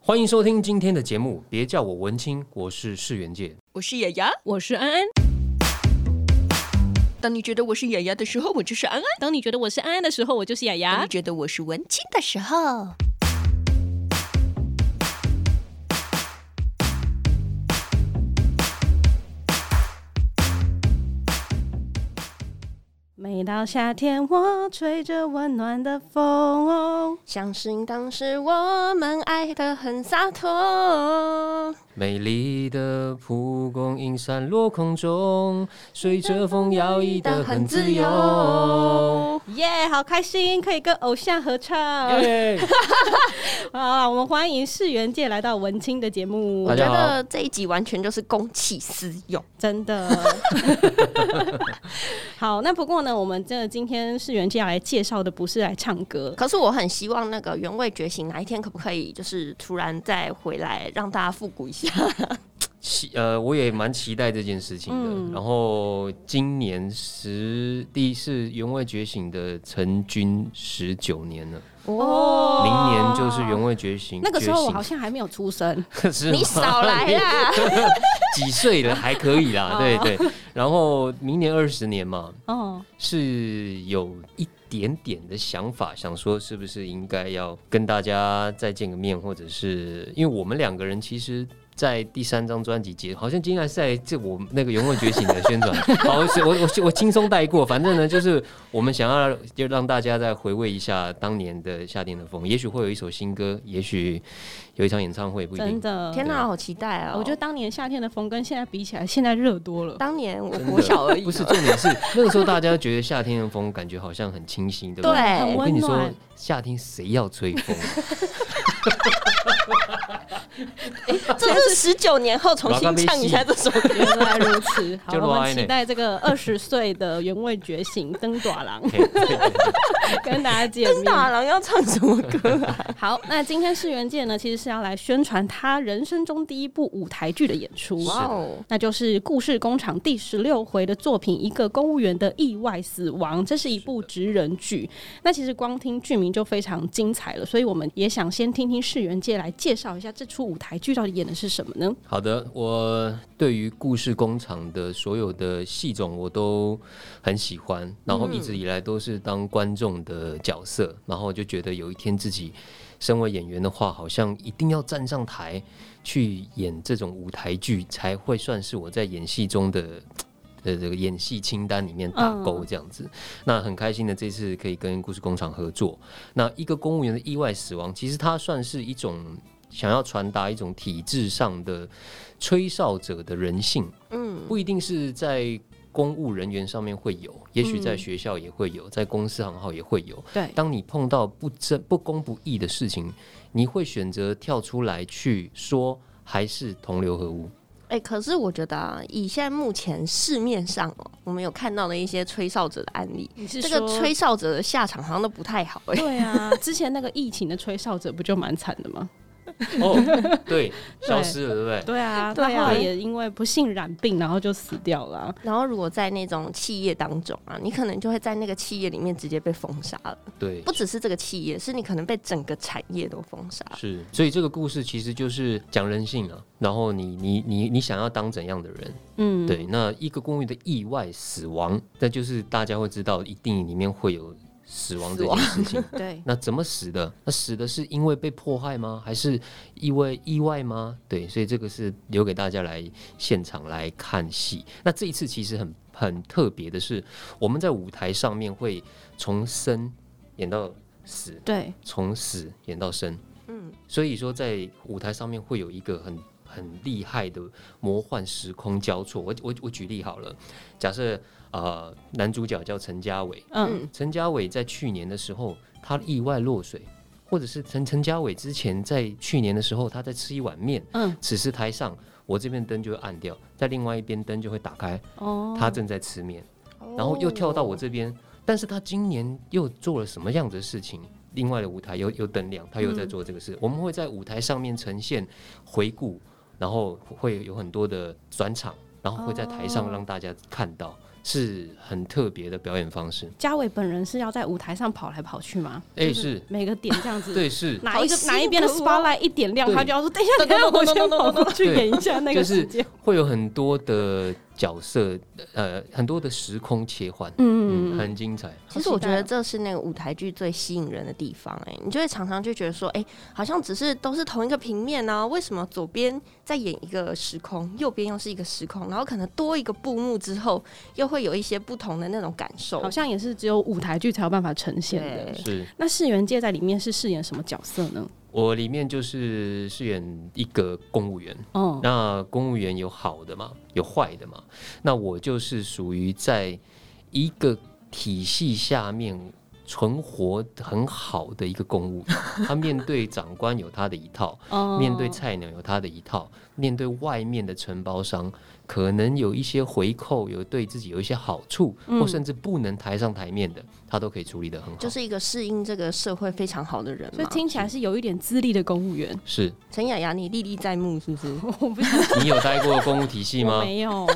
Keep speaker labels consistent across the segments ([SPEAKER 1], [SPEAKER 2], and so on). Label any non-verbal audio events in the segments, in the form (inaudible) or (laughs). [SPEAKER 1] 欢迎收听今天的节目，别叫我文青，我是世元界。
[SPEAKER 2] 我是雅雅。
[SPEAKER 3] 我是安安。
[SPEAKER 2] 当你觉得我是雅雅的时候，我就是安安；
[SPEAKER 3] 当你觉得我是安安的时候，我就是雅
[SPEAKER 2] 当
[SPEAKER 3] 雅
[SPEAKER 2] 你。觉得我是文青的时候，
[SPEAKER 4] 每到夏天，我吹着温暖的风。
[SPEAKER 5] 相信当时我们爱得很洒脱。
[SPEAKER 1] 美丽的蒲公英散落空中，随着风摇曳的很自由。
[SPEAKER 4] 耶、好开心，可以跟偶像合唱。 (laughs)
[SPEAKER 1] 耶！
[SPEAKER 4] 好啦，我们欢迎世元界来到文青的节目
[SPEAKER 1] 大
[SPEAKER 4] (laughs)
[SPEAKER 5] 我，
[SPEAKER 1] 家
[SPEAKER 5] 觉
[SPEAKER 1] 好
[SPEAKER 5] 得这一集完全就是公器私用，
[SPEAKER 4] 真 (laughs) 的。好，那不过呢，我们这今天世元界要来介绍的不是来唱歌，
[SPEAKER 5] 可是我很希望那个原味觉醒哪一天可不可以就是突然再回来，让大家复古一下。
[SPEAKER 1] 期呃，我也蛮期待这件事情的。
[SPEAKER 4] 嗯
[SPEAKER 1] 然后今年十第是原味觉醒的成军十九年了，
[SPEAKER 4] 哦
[SPEAKER 1] 明年就是原味觉醒。
[SPEAKER 4] 那个时候我
[SPEAKER 1] 觉
[SPEAKER 4] 好像还没有出生。
[SPEAKER 1] 醒 (laughs) 是
[SPEAKER 5] 你
[SPEAKER 1] 吗
[SPEAKER 5] 少来啦！
[SPEAKER 1] (laughs)
[SPEAKER 5] 哦
[SPEAKER 1] 几岁了还可以啦，对对。然后明年二十年嘛，
[SPEAKER 4] 哦，
[SPEAKER 1] 是有一点点的想法，想说是不是应该要跟大家再见个面，或者是因为我们两个人其实。在第三张专辑结，好像竟然是在这我那个《永远觉醒》的宣
[SPEAKER 5] (laughs)
[SPEAKER 1] 传，好，是我我我轻松带过。反正呢，就是我们想要就让大家再回味一下当年的夏天的风，也许会有一首新歌，也许有一场演唱会，不一
[SPEAKER 4] 真
[SPEAKER 1] 定。
[SPEAKER 4] 的。
[SPEAKER 5] 天哪，好期待啊、
[SPEAKER 4] 我觉得当年夏天的风跟现在比起来，现在热多了。
[SPEAKER 5] 当年我
[SPEAKER 1] 真的
[SPEAKER 5] 国小而已，
[SPEAKER 1] 不是
[SPEAKER 5] (laughs)
[SPEAKER 1] 重点是那个时候大家觉得夏天的风感觉好像很清新，对不对？
[SPEAKER 5] 对
[SPEAKER 4] 很
[SPEAKER 1] 我跟你
[SPEAKER 4] 温
[SPEAKER 1] 说
[SPEAKER 4] 暖，
[SPEAKER 1] 夏天谁要吹
[SPEAKER 5] (laughs)
[SPEAKER 1] 风？
[SPEAKER 5] 这是十九年后重新唱一下这首歌。
[SPEAKER 4] 原来如 (laughs) 此，好，
[SPEAKER 1] 就
[SPEAKER 4] 我
[SPEAKER 1] 热爱
[SPEAKER 4] 们
[SPEAKER 1] 呢
[SPEAKER 4] 期待这个二十岁的原味觉醒登短 (laughs) 郎
[SPEAKER 1] 嘿对对对
[SPEAKER 4] 跟大家见
[SPEAKER 5] 真
[SPEAKER 4] 面。
[SPEAKER 5] 大郎要唱什么歌啊？
[SPEAKER 4] (laughs) 好，那今天世元界呢，其实是要来宣传他人生中第一部舞台剧的演出。
[SPEAKER 5] 哇哦！
[SPEAKER 4] 那就是《故事工厂》第十六回的作品《一个公务员的意外死亡》，这是一部职人剧。那其实光听剧名就非常精彩了，所以我们也想先听听世元界来介绍一下这出舞台剧到底演的是什么呢？
[SPEAKER 1] 好的，我对于故事工厂的所有的戏种我都很喜欢，然后一直以来都是当观众的角色，然后我就觉得有一天自己身为演员的话，好像一定要站上台去演这种舞台剧，才会算是我在演戏中的。 (laughs) 呃，这个演戏清单里面打勾这样子，那很开心的这次可以跟故事工厂合作。那一个公务员的意外死亡，其实它算是一种想要传达一种体制上的吹哨者的人性，嗯，不一定是在公务人员上面会有，也许在学校也会有，在公司行号也会有。
[SPEAKER 4] 对
[SPEAKER 1] 当你碰到不正、不公不义的事情，你会选择跳出来去说，还是同流合污？
[SPEAKER 5] 哎、可是我觉得啊，以现在目前市面上哦，我们有看到的一些吹哨者的案例，
[SPEAKER 4] (laughs) 你是
[SPEAKER 5] 这个
[SPEAKER 4] 说
[SPEAKER 5] 吹哨者的下场好像都不太好哎、
[SPEAKER 4] 对啊，之前那个疫情的吹哨者不就蛮惨的吗？
[SPEAKER 1] 哦，对，消失了，对不对？
[SPEAKER 4] 对啊，
[SPEAKER 5] 对啊
[SPEAKER 4] 他后来也因为不幸染病，然后就死掉了啊。
[SPEAKER 5] (laughs) 然后如果在那种企业当中啊，你可能就会在那个企业里面直接被封杀了，
[SPEAKER 1] 对，
[SPEAKER 5] 不只是这个企业，是你可能被整个产业都封杀。
[SPEAKER 1] 是，啊所以这个故事其实就是讲人性啊。然后你你你你想要当怎样的人？
[SPEAKER 4] 嗯，
[SPEAKER 1] 对，那一个公寓的意外死亡，那就是大家会知道，一定里面会有死亡这件事 (laughs) 情。
[SPEAKER 4] (laughs) 对，
[SPEAKER 1] 那怎么死的？那死的是因为被迫害吗？还是因为意外吗？对，所以这个是留给大家来现场来看戏。那这一次其实很很特别的是，我们在舞台上面会从生演到死，
[SPEAKER 4] 对，
[SPEAKER 1] 从死演到生。
[SPEAKER 5] 嗯，
[SPEAKER 1] 所以说在舞台上面会有一个很很厉害的魔幻时空交错。我我我举例好了，假设呃男主角叫陈嘉伟，
[SPEAKER 4] 嗯，
[SPEAKER 1] 陈嘉伟在去年的时候他意外落水，或者是陈陈嘉伟之前在去年的时候他在吃一碗面，
[SPEAKER 4] 嗯，
[SPEAKER 1] 此时台上我这边灯就会暗掉，在另外一边灯就会打开，
[SPEAKER 4] 哦，
[SPEAKER 1] 他正在吃面。然后又跳到我这边，但是他今年又做了什么样子的事情？另外的舞台有有灯亮，他又
[SPEAKER 4] 嗯
[SPEAKER 1] 在做这个事。我们会在舞台上面呈现回
[SPEAKER 4] 哦
[SPEAKER 1] 顾，然后会有很多的转场，然后会在台上让大家看到，是很特别的表演方式。
[SPEAKER 4] 嘉伟本人是要在舞台上跑来跑去吗？
[SPEAKER 1] 哎、是，
[SPEAKER 4] 每个点这样子，
[SPEAKER 1] 对，是，
[SPEAKER 4] 哪一个
[SPEAKER 5] 好辛苦哦
[SPEAKER 4] 哪一边的 spotlight 一点亮，
[SPEAKER 1] 对
[SPEAKER 4] 他就要说等一下，等一下，我先跑过去
[SPEAKER 1] 对
[SPEAKER 4] 演一下那个时间。
[SPEAKER 1] 会有很多的角色，呃，很多的时空切换，
[SPEAKER 4] 嗯，
[SPEAKER 1] 嗯，很精彩。
[SPEAKER 5] 其实我觉
[SPEAKER 4] 哦
[SPEAKER 5] 得这是那个舞台剧最吸引人的地方、哎，你就会常常就觉得说，哎、好像只是都是同一个平面啊，为什么左边在演一个时空，右边又是一个时空，然后可能多一个布幕之后，又会有一些不同的那种感受
[SPEAKER 4] 好。像也是只有舞台剧才有办法呈现的。
[SPEAKER 5] 对
[SPEAKER 1] 是
[SPEAKER 4] 那世元界在里面是饰演什么角色呢？
[SPEAKER 1] 我里面就是饰演一个公务员，
[SPEAKER 4] 哦，
[SPEAKER 1] 那公务员有好的嘛，有坏的嘛，那我就是属于在一个体系下面。存活很好的一个公
[SPEAKER 4] (laughs)
[SPEAKER 1] 务员，他面对长官有他的一套，
[SPEAKER 4] 哦
[SPEAKER 1] 面对菜鸟有他的一套，面对外面的承包商，可能有一些回扣，有对自己有一些好处，
[SPEAKER 4] 嗯
[SPEAKER 1] 或甚至不能抬上台面的，他都可以处理得很好。
[SPEAKER 5] 就是一个适应这个社会非常好的人
[SPEAKER 4] 所以
[SPEAKER 5] 嘛。
[SPEAKER 4] 听起来是有一点资历的公务员。
[SPEAKER 1] 是
[SPEAKER 5] 陈雅雅，你历历在
[SPEAKER 1] (laughs)
[SPEAKER 5] 目是不是？
[SPEAKER 1] 哦
[SPEAKER 4] 我不想，
[SPEAKER 1] 你有待过公务体系
[SPEAKER 4] (laughs) 我
[SPEAKER 1] 吗？(laughs)
[SPEAKER 4] 没有，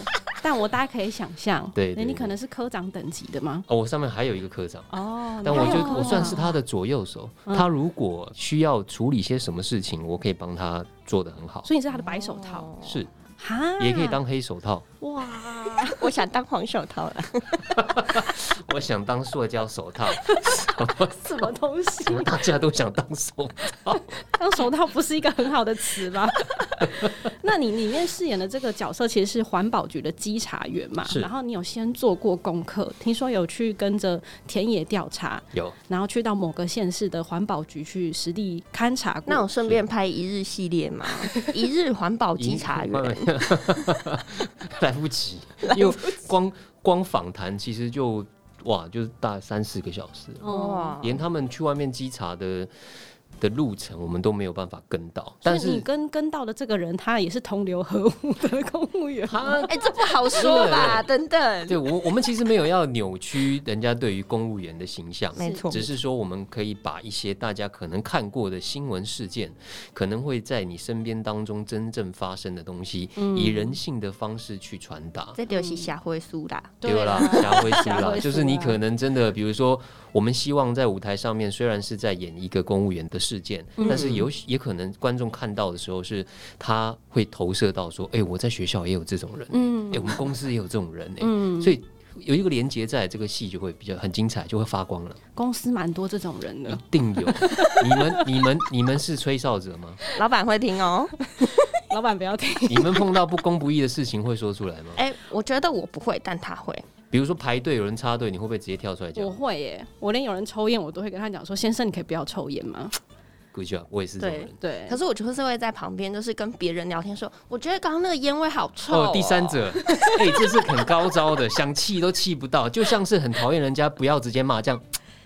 [SPEAKER 4] 但我大家可以想象，
[SPEAKER 1] 对对
[SPEAKER 4] 你
[SPEAKER 1] 对
[SPEAKER 4] 可能是科长等级的吗？
[SPEAKER 1] 哦，我上面还有一个科长。
[SPEAKER 4] 哦，
[SPEAKER 1] 但
[SPEAKER 4] 你
[SPEAKER 1] 我
[SPEAKER 4] 还
[SPEAKER 1] 就
[SPEAKER 4] 有科
[SPEAKER 1] 我算
[SPEAKER 4] 长
[SPEAKER 1] 是他的左右手，
[SPEAKER 4] 嗯
[SPEAKER 1] 他如果需要处理些什么事情，我可以帮他做得很好，
[SPEAKER 4] 所以你是他的白手套，
[SPEAKER 1] 是
[SPEAKER 4] 哈，
[SPEAKER 1] 也可以当黑手套，
[SPEAKER 4] 哇，
[SPEAKER 5] (laughs) 我想当黄手套 (laughs) 了。
[SPEAKER 1] 我想当塑胶手套，
[SPEAKER 4] 什么东西
[SPEAKER 1] 怎？么大家都想当手
[SPEAKER 4] 当手套不是一个很好的词吧？ (laughs) 那你里面饰演的这个角色其实是环保局的稽查员嘛？
[SPEAKER 1] 是
[SPEAKER 4] 然后你有先做过功课，听说有去跟着田野调查，
[SPEAKER 1] 有
[SPEAKER 4] 然后去到某个县市的环保局去实地勘察过。
[SPEAKER 5] 那我顺便拍一日系列 (laughs) 嘛，一日环保稽查员。
[SPEAKER 1] 员，
[SPEAKER 4] (laughs)
[SPEAKER 1] 来不及，因为光光访谈其实就哇，就是大概三四个小时了，
[SPEAKER 4] 哦，
[SPEAKER 5] 哇，
[SPEAKER 1] 连他们去外面稽查的的路程，我们都没有办法跟到，但
[SPEAKER 4] 所以你
[SPEAKER 1] 是。
[SPEAKER 4] 跟跟到的这个人，他也是同流合污的公务员。
[SPEAKER 1] 他
[SPEAKER 5] 哎、这不好说吧？等 (laughs) 等，
[SPEAKER 1] 对我，我们其实没有要扭曲人家对于公务员的形象，
[SPEAKER 5] 没错，
[SPEAKER 1] 只是说我们可以把一些大家可能看过的新闻事件，可能会在你身边当中真正发生的东西，
[SPEAKER 5] 嗯
[SPEAKER 1] 以人性的方式去传达。
[SPEAKER 5] 这就是社会苏啦。
[SPEAKER 1] 对啦，霞灰啊苏啦，就是你可能真的，比如说，我们希望在舞台上面，虽然是在演一个公务员的事件，但是有也可能观众看到的时候是，他会投射到说，哎、我在学校也有这种人，嗯，哎、我们公司也有这种人、哎、所以有一个连接在，这个戏就会比较很精彩，就会发光了，
[SPEAKER 4] 公司蛮多这种人的
[SPEAKER 1] 一。定有。 (laughs) 你们、你们、你们是吹哨者吗？
[SPEAKER 5] 老板会听哦。
[SPEAKER 4] 老板
[SPEAKER 5] (laughs)
[SPEAKER 4] 不要听，
[SPEAKER 1] 你们碰到不公不义的事情会说出来吗？
[SPEAKER 5] 哎、我觉得我不会，但他会。
[SPEAKER 1] 比如说排队有人插队，你会不会直接跳出来讲
[SPEAKER 4] 我会耶，我连有人抽烟，我都会跟他讲说：“先生，你可以不要抽烟吗
[SPEAKER 1] ？Good job，我也是这种人。？”
[SPEAKER 4] 对
[SPEAKER 5] 可，是我就是会在旁边，就是跟别人聊天说，我觉得刚刚那个烟味好臭、啊
[SPEAKER 1] 哦，第三，者，
[SPEAKER 5] (laughs)
[SPEAKER 1] 哎、这是很高招的，想气都气不到，就像是很讨厌人家不要直接骂这样。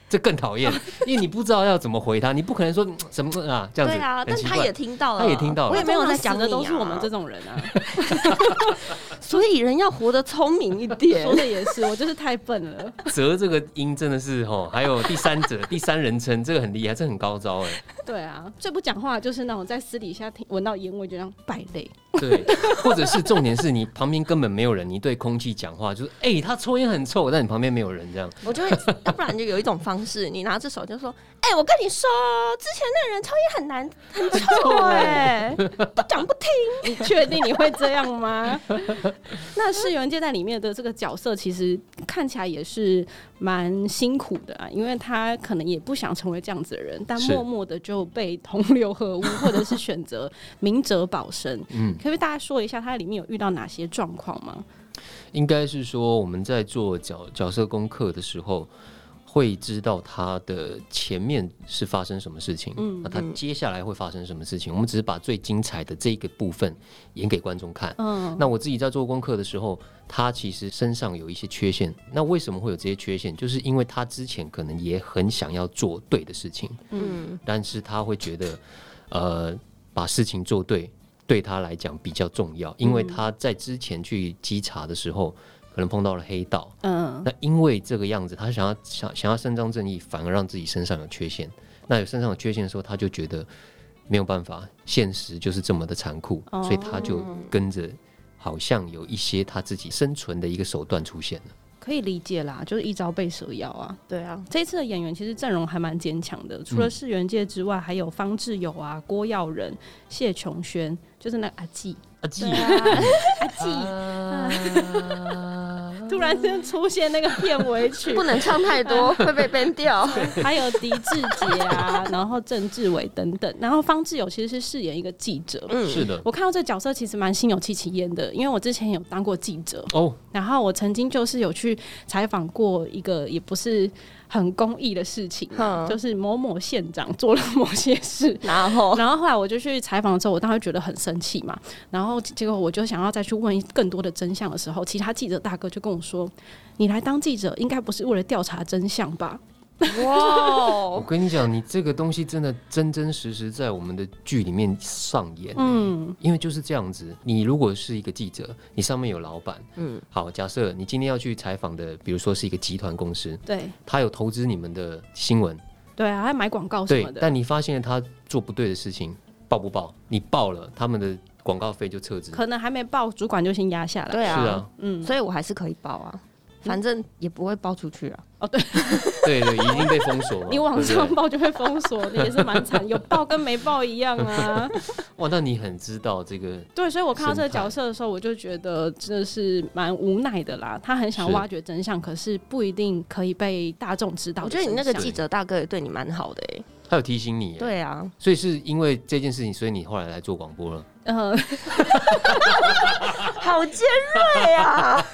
[SPEAKER 1] 这更讨
[SPEAKER 5] (laughs)
[SPEAKER 1] 厌，因为你不知道要怎么回他，你不可能说嗯什么啊这样子，
[SPEAKER 5] 对啊，
[SPEAKER 1] 很
[SPEAKER 5] 但
[SPEAKER 1] 奇
[SPEAKER 5] 他
[SPEAKER 1] 怪
[SPEAKER 5] 也听到了，
[SPEAKER 1] 他也听到了
[SPEAKER 5] 我也没有在讲
[SPEAKER 4] 死
[SPEAKER 5] 你、
[SPEAKER 4] 的
[SPEAKER 5] 啊，
[SPEAKER 4] 都是我们这，种人啊，
[SPEAKER 5] 所以人要活得聪明一点
[SPEAKER 1] (laughs)
[SPEAKER 4] 说。的也是，我就是太笨了。
[SPEAKER 1] 折这个音真的是吼，还有第三
[SPEAKER 5] (laughs)
[SPEAKER 1] 者、第三人称，这个很厉害，这很高招哎。
[SPEAKER 4] 对啊，最不讲话的就是那种在私底下听闻到烟味就让败类。
[SPEAKER 1] 对，或者是重点是你旁边根本没有人，你对空气讲话就是哎、他抽烟很臭，但你旁边没有人这样。
[SPEAKER 5] 我就会，要不然就有一种方式，你拿着手就说：“哎、我跟你说，之前那个人抽烟很难，很臭哎、都讲不听。
[SPEAKER 4] 你确定你会这样吗？ (laughs) 那世元界在里面的这个角色，其实看起来也是蛮辛苦的啊，因为他可能也不想成为这样子的人，但
[SPEAKER 1] 是
[SPEAKER 4] 默默的就被同流合污，或者是选择明哲保身。嗯，可不可以大家说一下，他在里面有遇到哪些状况吗？
[SPEAKER 1] 应该是说我们在做角角色功课的时候，会知道他的前面是发生什么事情，那他接下来会发生什么事情。我们只是把最精彩的这个部分演给观众看。
[SPEAKER 4] 嗯，
[SPEAKER 1] 那我自己在做功课的时候，他其实身上有一些缺陷。那为什么会有这些缺陷？就是因为他之前可能也很想要做对的事情，”
[SPEAKER 5] 嗯，
[SPEAKER 1] 但是他会觉得，呃，把事情做对对他来讲比较重要，因为
[SPEAKER 4] 嗯
[SPEAKER 1] 他在之前去稽查的时候，可能碰到了黑道，
[SPEAKER 4] 嗯，
[SPEAKER 1] 那因为这个样子，他想要想想要伸张正义，反而让自己身上有缺陷。那有身上有缺陷的时候，他就觉得没有办法，现实就是这么的残酷，
[SPEAKER 4] 哦
[SPEAKER 1] 所以他就跟着。好像有一些他自己生存的一个手段出现了，
[SPEAKER 4] 可以理解啦，就是一朝被蛇咬啊。
[SPEAKER 5] 对啊，
[SPEAKER 4] 这一次的演员其实阵容还蛮坚强的，除了世元界之外，还有方志友啊、郭耀仁、谢琼轩，就是那个阿纪，
[SPEAKER 1] 阿纪
[SPEAKER 5] 对，啊，
[SPEAKER 4] 阿纪、
[SPEAKER 1] 啊
[SPEAKER 4] 突然间出现那个片尾
[SPEAKER 5] (laughs)
[SPEAKER 4] 曲，
[SPEAKER 5] 不能唱太多，会被 ban 掉。
[SPEAKER 4] 还有狄志杰啊，然后郑志伟等等，然后方志友其实是饰演一个记者。
[SPEAKER 5] 嗯，
[SPEAKER 1] 是的，
[SPEAKER 4] 我看到这角色其实蛮心有戚戚焉的，因为我之前有当过记者，
[SPEAKER 1] 哦，
[SPEAKER 4] 然后我曾经就是有去采访过一个也不是很公益的事情啊、
[SPEAKER 5] 嗯
[SPEAKER 4] 就是某某县长做了某些事。
[SPEAKER 5] 然后
[SPEAKER 4] 然后后来我就去采访的时候，我当时觉得很生气嘛。然后结果我就想要再去问更多的真相的时候，其他记者大哥就跟我说：“你来当记者应该不是为了调查真相吧？”
[SPEAKER 1] 我
[SPEAKER 5] 哇，哦
[SPEAKER 1] 跟你讲，你这个东西真的真真实实在我们的剧里面上演。
[SPEAKER 4] 嗯，
[SPEAKER 1] 因为就是这样子，你如果是一个记者，你上面有老板，
[SPEAKER 5] 嗯
[SPEAKER 1] 嗯，好，假设你今天要去采访的，比如说是一个集团公司，
[SPEAKER 4] 对
[SPEAKER 1] 他有投资你们的新闻，
[SPEAKER 4] 对啊，还买广告什
[SPEAKER 1] 对
[SPEAKER 4] 么，的。
[SPEAKER 1] 但你发现了他做不对的事情，报不报？你报了，他们的广告费就撤资。
[SPEAKER 4] 可能还没报，主管就先压下来。
[SPEAKER 5] 对
[SPEAKER 1] 是
[SPEAKER 5] (laughs) 啊，
[SPEAKER 1] 啊，
[SPEAKER 4] 嗯，
[SPEAKER 5] 所以我还是可以报啊，反正也不会报出去啊。
[SPEAKER 1] 对对，已经被封锁
[SPEAKER 4] (laughs)
[SPEAKER 1] 了。
[SPEAKER 4] 你往
[SPEAKER 1] 对不
[SPEAKER 4] 上
[SPEAKER 1] 对
[SPEAKER 4] 报就会封锁，也是蛮惨，有报跟没报一样
[SPEAKER 5] (laughs)
[SPEAKER 4] 啊。
[SPEAKER 1] 哇，那你很知道这个，
[SPEAKER 4] 对，所以我看到这个
[SPEAKER 1] 生态
[SPEAKER 4] 角色的时候，我就觉得真的是蛮无奈的啦。他很想
[SPEAKER 1] 是
[SPEAKER 4] 挖掘真相，可是不一定可以被大众知道
[SPEAKER 5] 我
[SPEAKER 4] 的
[SPEAKER 5] 觉得
[SPEAKER 4] 真相。
[SPEAKER 5] 你那个记者大哥也对你蛮好的哎。
[SPEAKER 1] 他有提醒你，，
[SPEAKER 5] 对啊，
[SPEAKER 1] 所以是因为这件事情，所以你后来来做广播了。
[SPEAKER 4] 呃，
[SPEAKER 5] 好尖锐啊！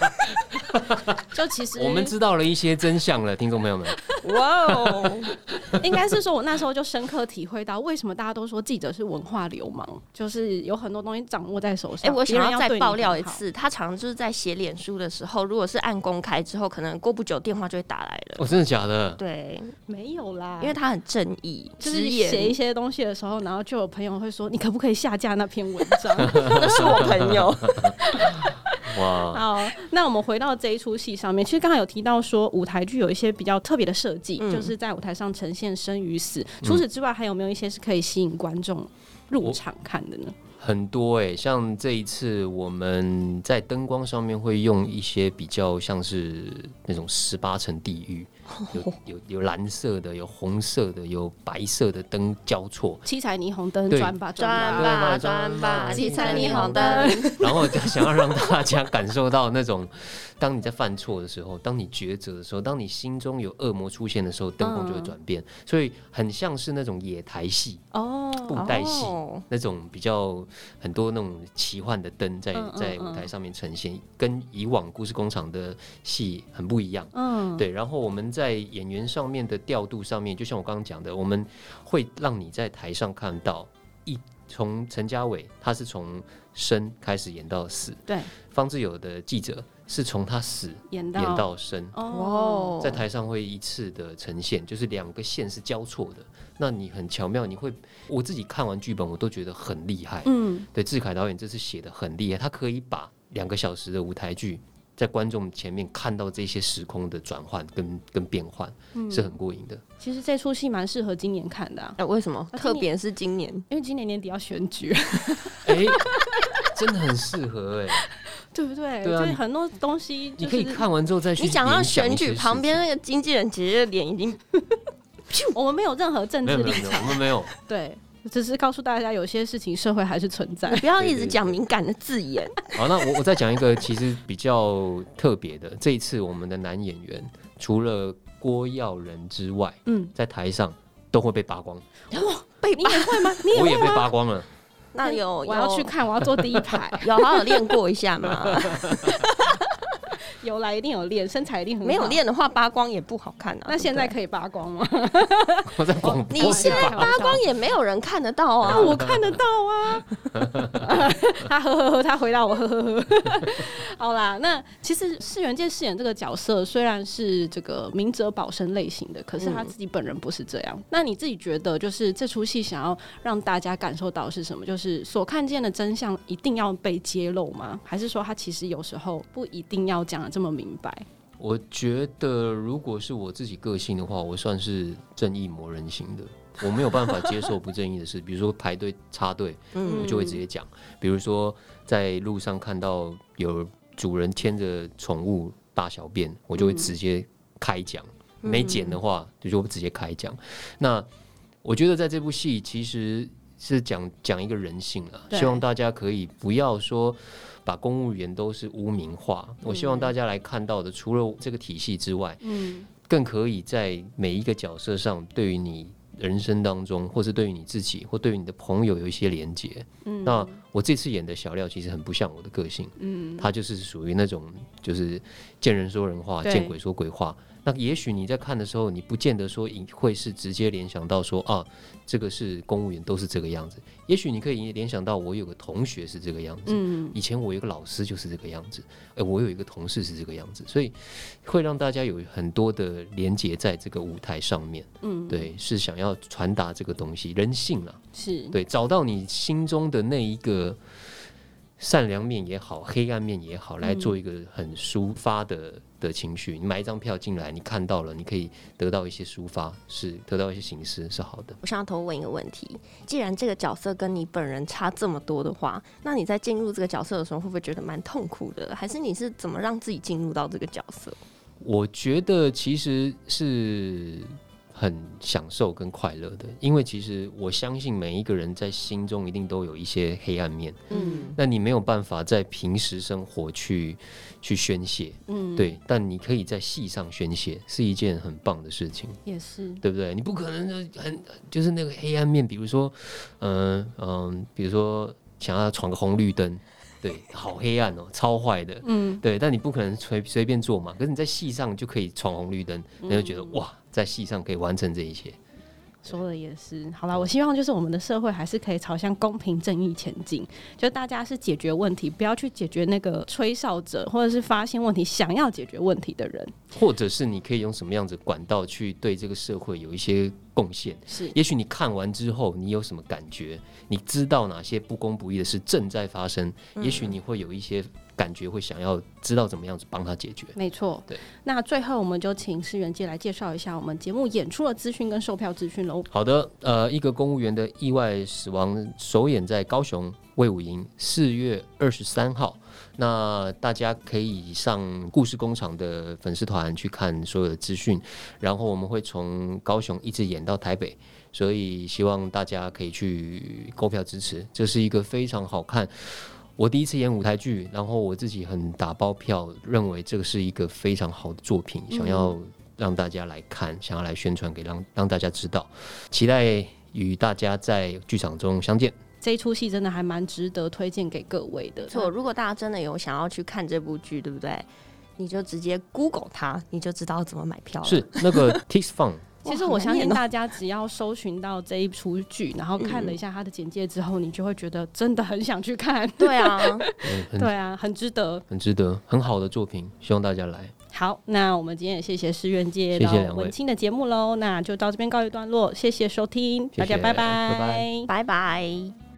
[SPEAKER 4] 就其实
[SPEAKER 1] 我们知道了一些真相了，听众朋友们。
[SPEAKER 5] (laughs) 哇哦， (laughs)
[SPEAKER 4] (laughs) 应该是说，我那时候就深刻体会到为什么大家都说记者是文化流氓，就是有很多东西掌握在手
[SPEAKER 5] 哎，
[SPEAKER 4] 上。
[SPEAKER 5] 我
[SPEAKER 4] 别人
[SPEAKER 5] 想要再
[SPEAKER 4] 对你
[SPEAKER 5] 爆
[SPEAKER 4] 很
[SPEAKER 5] 料一
[SPEAKER 4] 好。
[SPEAKER 5] 次，他常常就是在写脸书的时候，如果是按公开之后，可能过不久电话就会打来了。
[SPEAKER 1] 哦，真的假的？啊
[SPEAKER 5] 对，
[SPEAKER 4] 没有啦，
[SPEAKER 5] 因为他很正义，
[SPEAKER 4] 就是
[SPEAKER 5] 直
[SPEAKER 4] 写一
[SPEAKER 5] (laughs) 言。
[SPEAKER 4] 些东西的时候，然后就有朋友会说：“你可不可以下架那篇文章 (laughs)
[SPEAKER 5] 那是我朋
[SPEAKER 1] (laughs)
[SPEAKER 5] 友，
[SPEAKER 1] 哇？”
[SPEAKER 4] 好，那我们回到这一出戏上面，其实刚才有提到说舞台剧有一些比较特别的设计，
[SPEAKER 5] 嗯
[SPEAKER 4] 就是在舞台上呈现生与死。除此之外，还有没有一些是可以吸引观众入场看的呢？
[SPEAKER 1] 很多哎、像这一次我们在灯光上面会用一些比较像是那种十八层地狱，
[SPEAKER 5] 哦
[SPEAKER 1] 有有有蓝色的，有红色的，有白色的灯交错。
[SPEAKER 4] 七彩霓虹灯
[SPEAKER 1] 对
[SPEAKER 4] 转吧
[SPEAKER 5] 转
[SPEAKER 4] 吧，
[SPEAKER 5] 吧转吧，七彩霓虹灯。
[SPEAKER 1] (laughs) 然后就想要让大家感受到那种，当你在犯错的时候，当你抉择的时候，当你心中有恶魔出现的时候，灯光就会
[SPEAKER 5] 嗯
[SPEAKER 1] 转变，所以很像是那种野台戏、
[SPEAKER 4] 哦，
[SPEAKER 1] 布袋戏。
[SPEAKER 5] 哦
[SPEAKER 1] 那种比较很多那种奇幻的灯在
[SPEAKER 4] 嗯嗯嗯
[SPEAKER 1] 在舞台上面呈现，跟以往故事工厂的戏很不一样。
[SPEAKER 4] 嗯，
[SPEAKER 1] 对，然后我们在演员上面的调度上面，就像我刚刚讲的，我们会让你在台上看到一从陈嘉伟，他是从生开始演到死；
[SPEAKER 4] 对，
[SPEAKER 1] 方志友的记者是从他死
[SPEAKER 4] 演到
[SPEAKER 1] 演到生。
[SPEAKER 4] 哦，
[SPEAKER 5] (laughs) 哦，
[SPEAKER 1] 在台上会一次的呈现，就是两个线是交错的，那你很巧妙，你会我自己看完剧本，我都觉得很厉害。
[SPEAKER 4] 嗯，
[SPEAKER 1] 对，志凯导演这次写的很厉害，他可以把两个小时的舞台剧在观众前面看到这些时空的转换跟
[SPEAKER 5] 嗯
[SPEAKER 1] 跟变换，是很过
[SPEAKER 5] (laughs)
[SPEAKER 1] 瘾的。
[SPEAKER 4] 其实这出戏蛮适合今年看的啊、
[SPEAKER 5] 哎，为什么？
[SPEAKER 4] 今
[SPEAKER 5] 特
[SPEAKER 4] 年
[SPEAKER 5] 别是今年，
[SPEAKER 4] 因为今年年底要
[SPEAKER 1] (laughs)
[SPEAKER 4] 选举，
[SPEAKER 1] 哎、真的很适合哎、
[SPEAKER 4] 对不对？
[SPEAKER 1] 对啊
[SPEAKER 4] 就是
[SPEAKER 1] 你
[SPEAKER 4] 很多东西、就是，
[SPEAKER 1] 你可以看完之后再去
[SPEAKER 5] 你讲到
[SPEAKER 1] 联
[SPEAKER 5] 选
[SPEAKER 1] 一些
[SPEAKER 5] 举
[SPEAKER 1] 事
[SPEAKER 5] 旁边
[SPEAKER 1] 情。
[SPEAKER 5] 那个经纪人姐姐的脸
[SPEAKER 1] (laughs)
[SPEAKER 5] 已经
[SPEAKER 4] 我们没有任何政
[SPEAKER 1] 没
[SPEAKER 4] 治
[SPEAKER 1] 有没
[SPEAKER 4] 立
[SPEAKER 1] 有没有，
[SPEAKER 4] 场，
[SPEAKER 1] 我们没有，
[SPEAKER 4] 对，只是告诉大家有些事情社会还是存在
[SPEAKER 5] 你。不要一
[SPEAKER 1] 对对
[SPEAKER 5] 直讲敏感的字
[SPEAKER 4] (laughs)
[SPEAKER 5] 眼，
[SPEAKER 1] 好，那我我再讲一个其实比较特别的，这一次我们的男演员除了郭耀仁之外，
[SPEAKER 4] 嗯，
[SPEAKER 1] 在台上都会被扒光，
[SPEAKER 5] 被
[SPEAKER 4] 你
[SPEAKER 5] 骂。
[SPEAKER 4] 也会吗？你
[SPEAKER 1] 我
[SPEAKER 4] 会
[SPEAKER 1] 也被
[SPEAKER 4] 吗？
[SPEAKER 1] 扒光了。
[SPEAKER 5] 那有
[SPEAKER 4] 我要去，看，我要坐第一排。
[SPEAKER 5] 有有好好练过一下嘛。
[SPEAKER 1] (laughs)
[SPEAKER 4] 有来一定有练，身材一定很好
[SPEAKER 5] 没有。练的话，扒光也不好看啊。
[SPEAKER 4] 那现
[SPEAKER 5] 对
[SPEAKER 4] 在
[SPEAKER 5] 不对
[SPEAKER 4] 可以扒光吗？
[SPEAKER 1] 我
[SPEAKER 4] 哦
[SPEAKER 1] 在广播
[SPEAKER 5] 你现在
[SPEAKER 4] 开玩
[SPEAKER 5] 扒
[SPEAKER 4] 笑
[SPEAKER 5] 光也没有人看得到啊
[SPEAKER 4] 那。我看得到啊。 (laughs) 他呵呵呵，他回答我呵呵 (laughs) 呵。好啦，那其实世元界饰演这个角色虽然是这个明哲保身类型的，可是他自己本人不是这样。那你自己觉得，就是这出戏想要让大家感受到是什么？就是所看见的真相一定要被揭露吗？还是说他其实有时候不一定要讲的这么明白？
[SPEAKER 1] 我觉得，如果是我自己个性的话，我算是正义魔人型的，我没有办法接受不正义的事，比如说排队插队，
[SPEAKER 5] 嗯
[SPEAKER 1] 我就会直接讲；比如说在路上看到有主人牵着宠物大小便，我就会直接开讲；
[SPEAKER 4] 嗯
[SPEAKER 1] 没剪的话，就就直接开讲。那我觉得在这部戏其实是讲讲一个人性啊，
[SPEAKER 4] 对
[SPEAKER 1] 希望大家可以不要说把公务员都是污名化。我希望大家来看到的，除了这个体系之外，
[SPEAKER 4] 嗯，
[SPEAKER 1] 更可以在每一个角色上，对于你人生当中，或是对于你自己，或对于你的朋友有一些连接。嗯，那我这次演的小廖其实很不像我的个性，嗯，他就是属于那种就是见人说人话，
[SPEAKER 4] 对
[SPEAKER 1] 见鬼说鬼话。那也许你在看的时候，你不见得说你会是直接联想到说啊，这个是公务员都是这个样子。也许你可以联想到我有个同学是这个样子，嗯，以前我有个老师就是这个样子，哎、我有一个同事是这个样子，所以会让大家有很多的连接在这个舞台上面。嗯，对，是想要传达这个东西，人性啊，
[SPEAKER 4] 是
[SPEAKER 1] 对，找到你心中的那一个善良面也好，黑暗面也好，来做一个很抒发的的情绪。你买一张票进来，你看到了，你可以得到一些抒发，是得到一些形式是好的。
[SPEAKER 5] 我想要偷问一个问题：既然这个角色跟你本人差这么多的话，那你在进入这个角色的时候，会不会觉得蛮痛苦的？还是你是怎么让自己进入到这个角色？
[SPEAKER 1] 我觉得其实是很享受跟快乐的，因为其实我相信每一个人在心中一定都有一些黑暗面，
[SPEAKER 5] 嗯，
[SPEAKER 1] 那你没有办法在平时生活去去宣泄，
[SPEAKER 4] 嗯，
[SPEAKER 1] 对，但你可以在戏上宣泄，是一件很棒的事情，
[SPEAKER 4] 也是
[SPEAKER 1] 对不对？你不可能就很就是那个黑暗面，比如说，嗯、嗯，比如说想要闯个红绿灯，对，好黑暗哦，超坏的，
[SPEAKER 4] 嗯，
[SPEAKER 1] 对，但你不可能随随便做嘛。可是你在戏上就可以闯红绿灯，你就觉
[SPEAKER 4] 嗯
[SPEAKER 1] 得、哇，在戏上可以完成这一切。
[SPEAKER 4] 说的也是，好啦，我希望就是我们的社会还是可以朝向公平正义前进，就大家是解决问题，不要去解决那个吹哨者或者是发现问题想要解决问题的人。
[SPEAKER 1] 或者是你可以用什么样子管道去对这个社会有一些贡献？
[SPEAKER 4] 是
[SPEAKER 1] 也许你看完之后，你有什么感觉？你知道哪些不公不义的事正在发生？也许你会有一些感觉，会想要知道怎么样子帮他解决。
[SPEAKER 4] 没错，
[SPEAKER 1] 对。
[SPEAKER 4] 那最后我们就请施元介来介绍一下我们节目演出的资讯跟售票资讯喽。
[SPEAKER 1] 好的，呃，一个公务员的意外死亡首演在高雄魏武营，四月二十三号。那大家可以上故事工厂的粉丝团去看所有的资讯，然后我们会从高雄一直演到台北，所以希望大家可以去购票支持，这是一个非常好看。我第一次演舞台剧，然后我自己很打包票，认为这个是一个非常好的作品，想要让大家来看，想要来宣传给让让大家知道，期待与大家在剧场中相见。
[SPEAKER 4] 这一出戏真的还蛮值得推荐给各位的。
[SPEAKER 5] 没错，如果大家真的有想要去看这部剧，对不对？你就直接 Google 它，你就知道怎么买票了。
[SPEAKER 1] 是那个 Tix Fun，
[SPEAKER 4] 其实我相信大家只要搜寻到这一出剧，然后看了一下它的简介之后，你就会觉得真的很想去看。
[SPEAKER 5] 对啊， (laughs)
[SPEAKER 1] 嗯很
[SPEAKER 4] 对啊，很值得。
[SPEAKER 1] 很值得，很好的作品，希望大家来。
[SPEAKER 4] 好，那我们今天也谢谢施元介
[SPEAKER 1] 谢谢
[SPEAKER 4] 到
[SPEAKER 1] 两位
[SPEAKER 4] 文青的节目喽，那就到这边告一段落，谢谢收听，
[SPEAKER 1] 谢谢
[SPEAKER 4] 大家拜
[SPEAKER 1] 拜拜
[SPEAKER 5] 拜拜。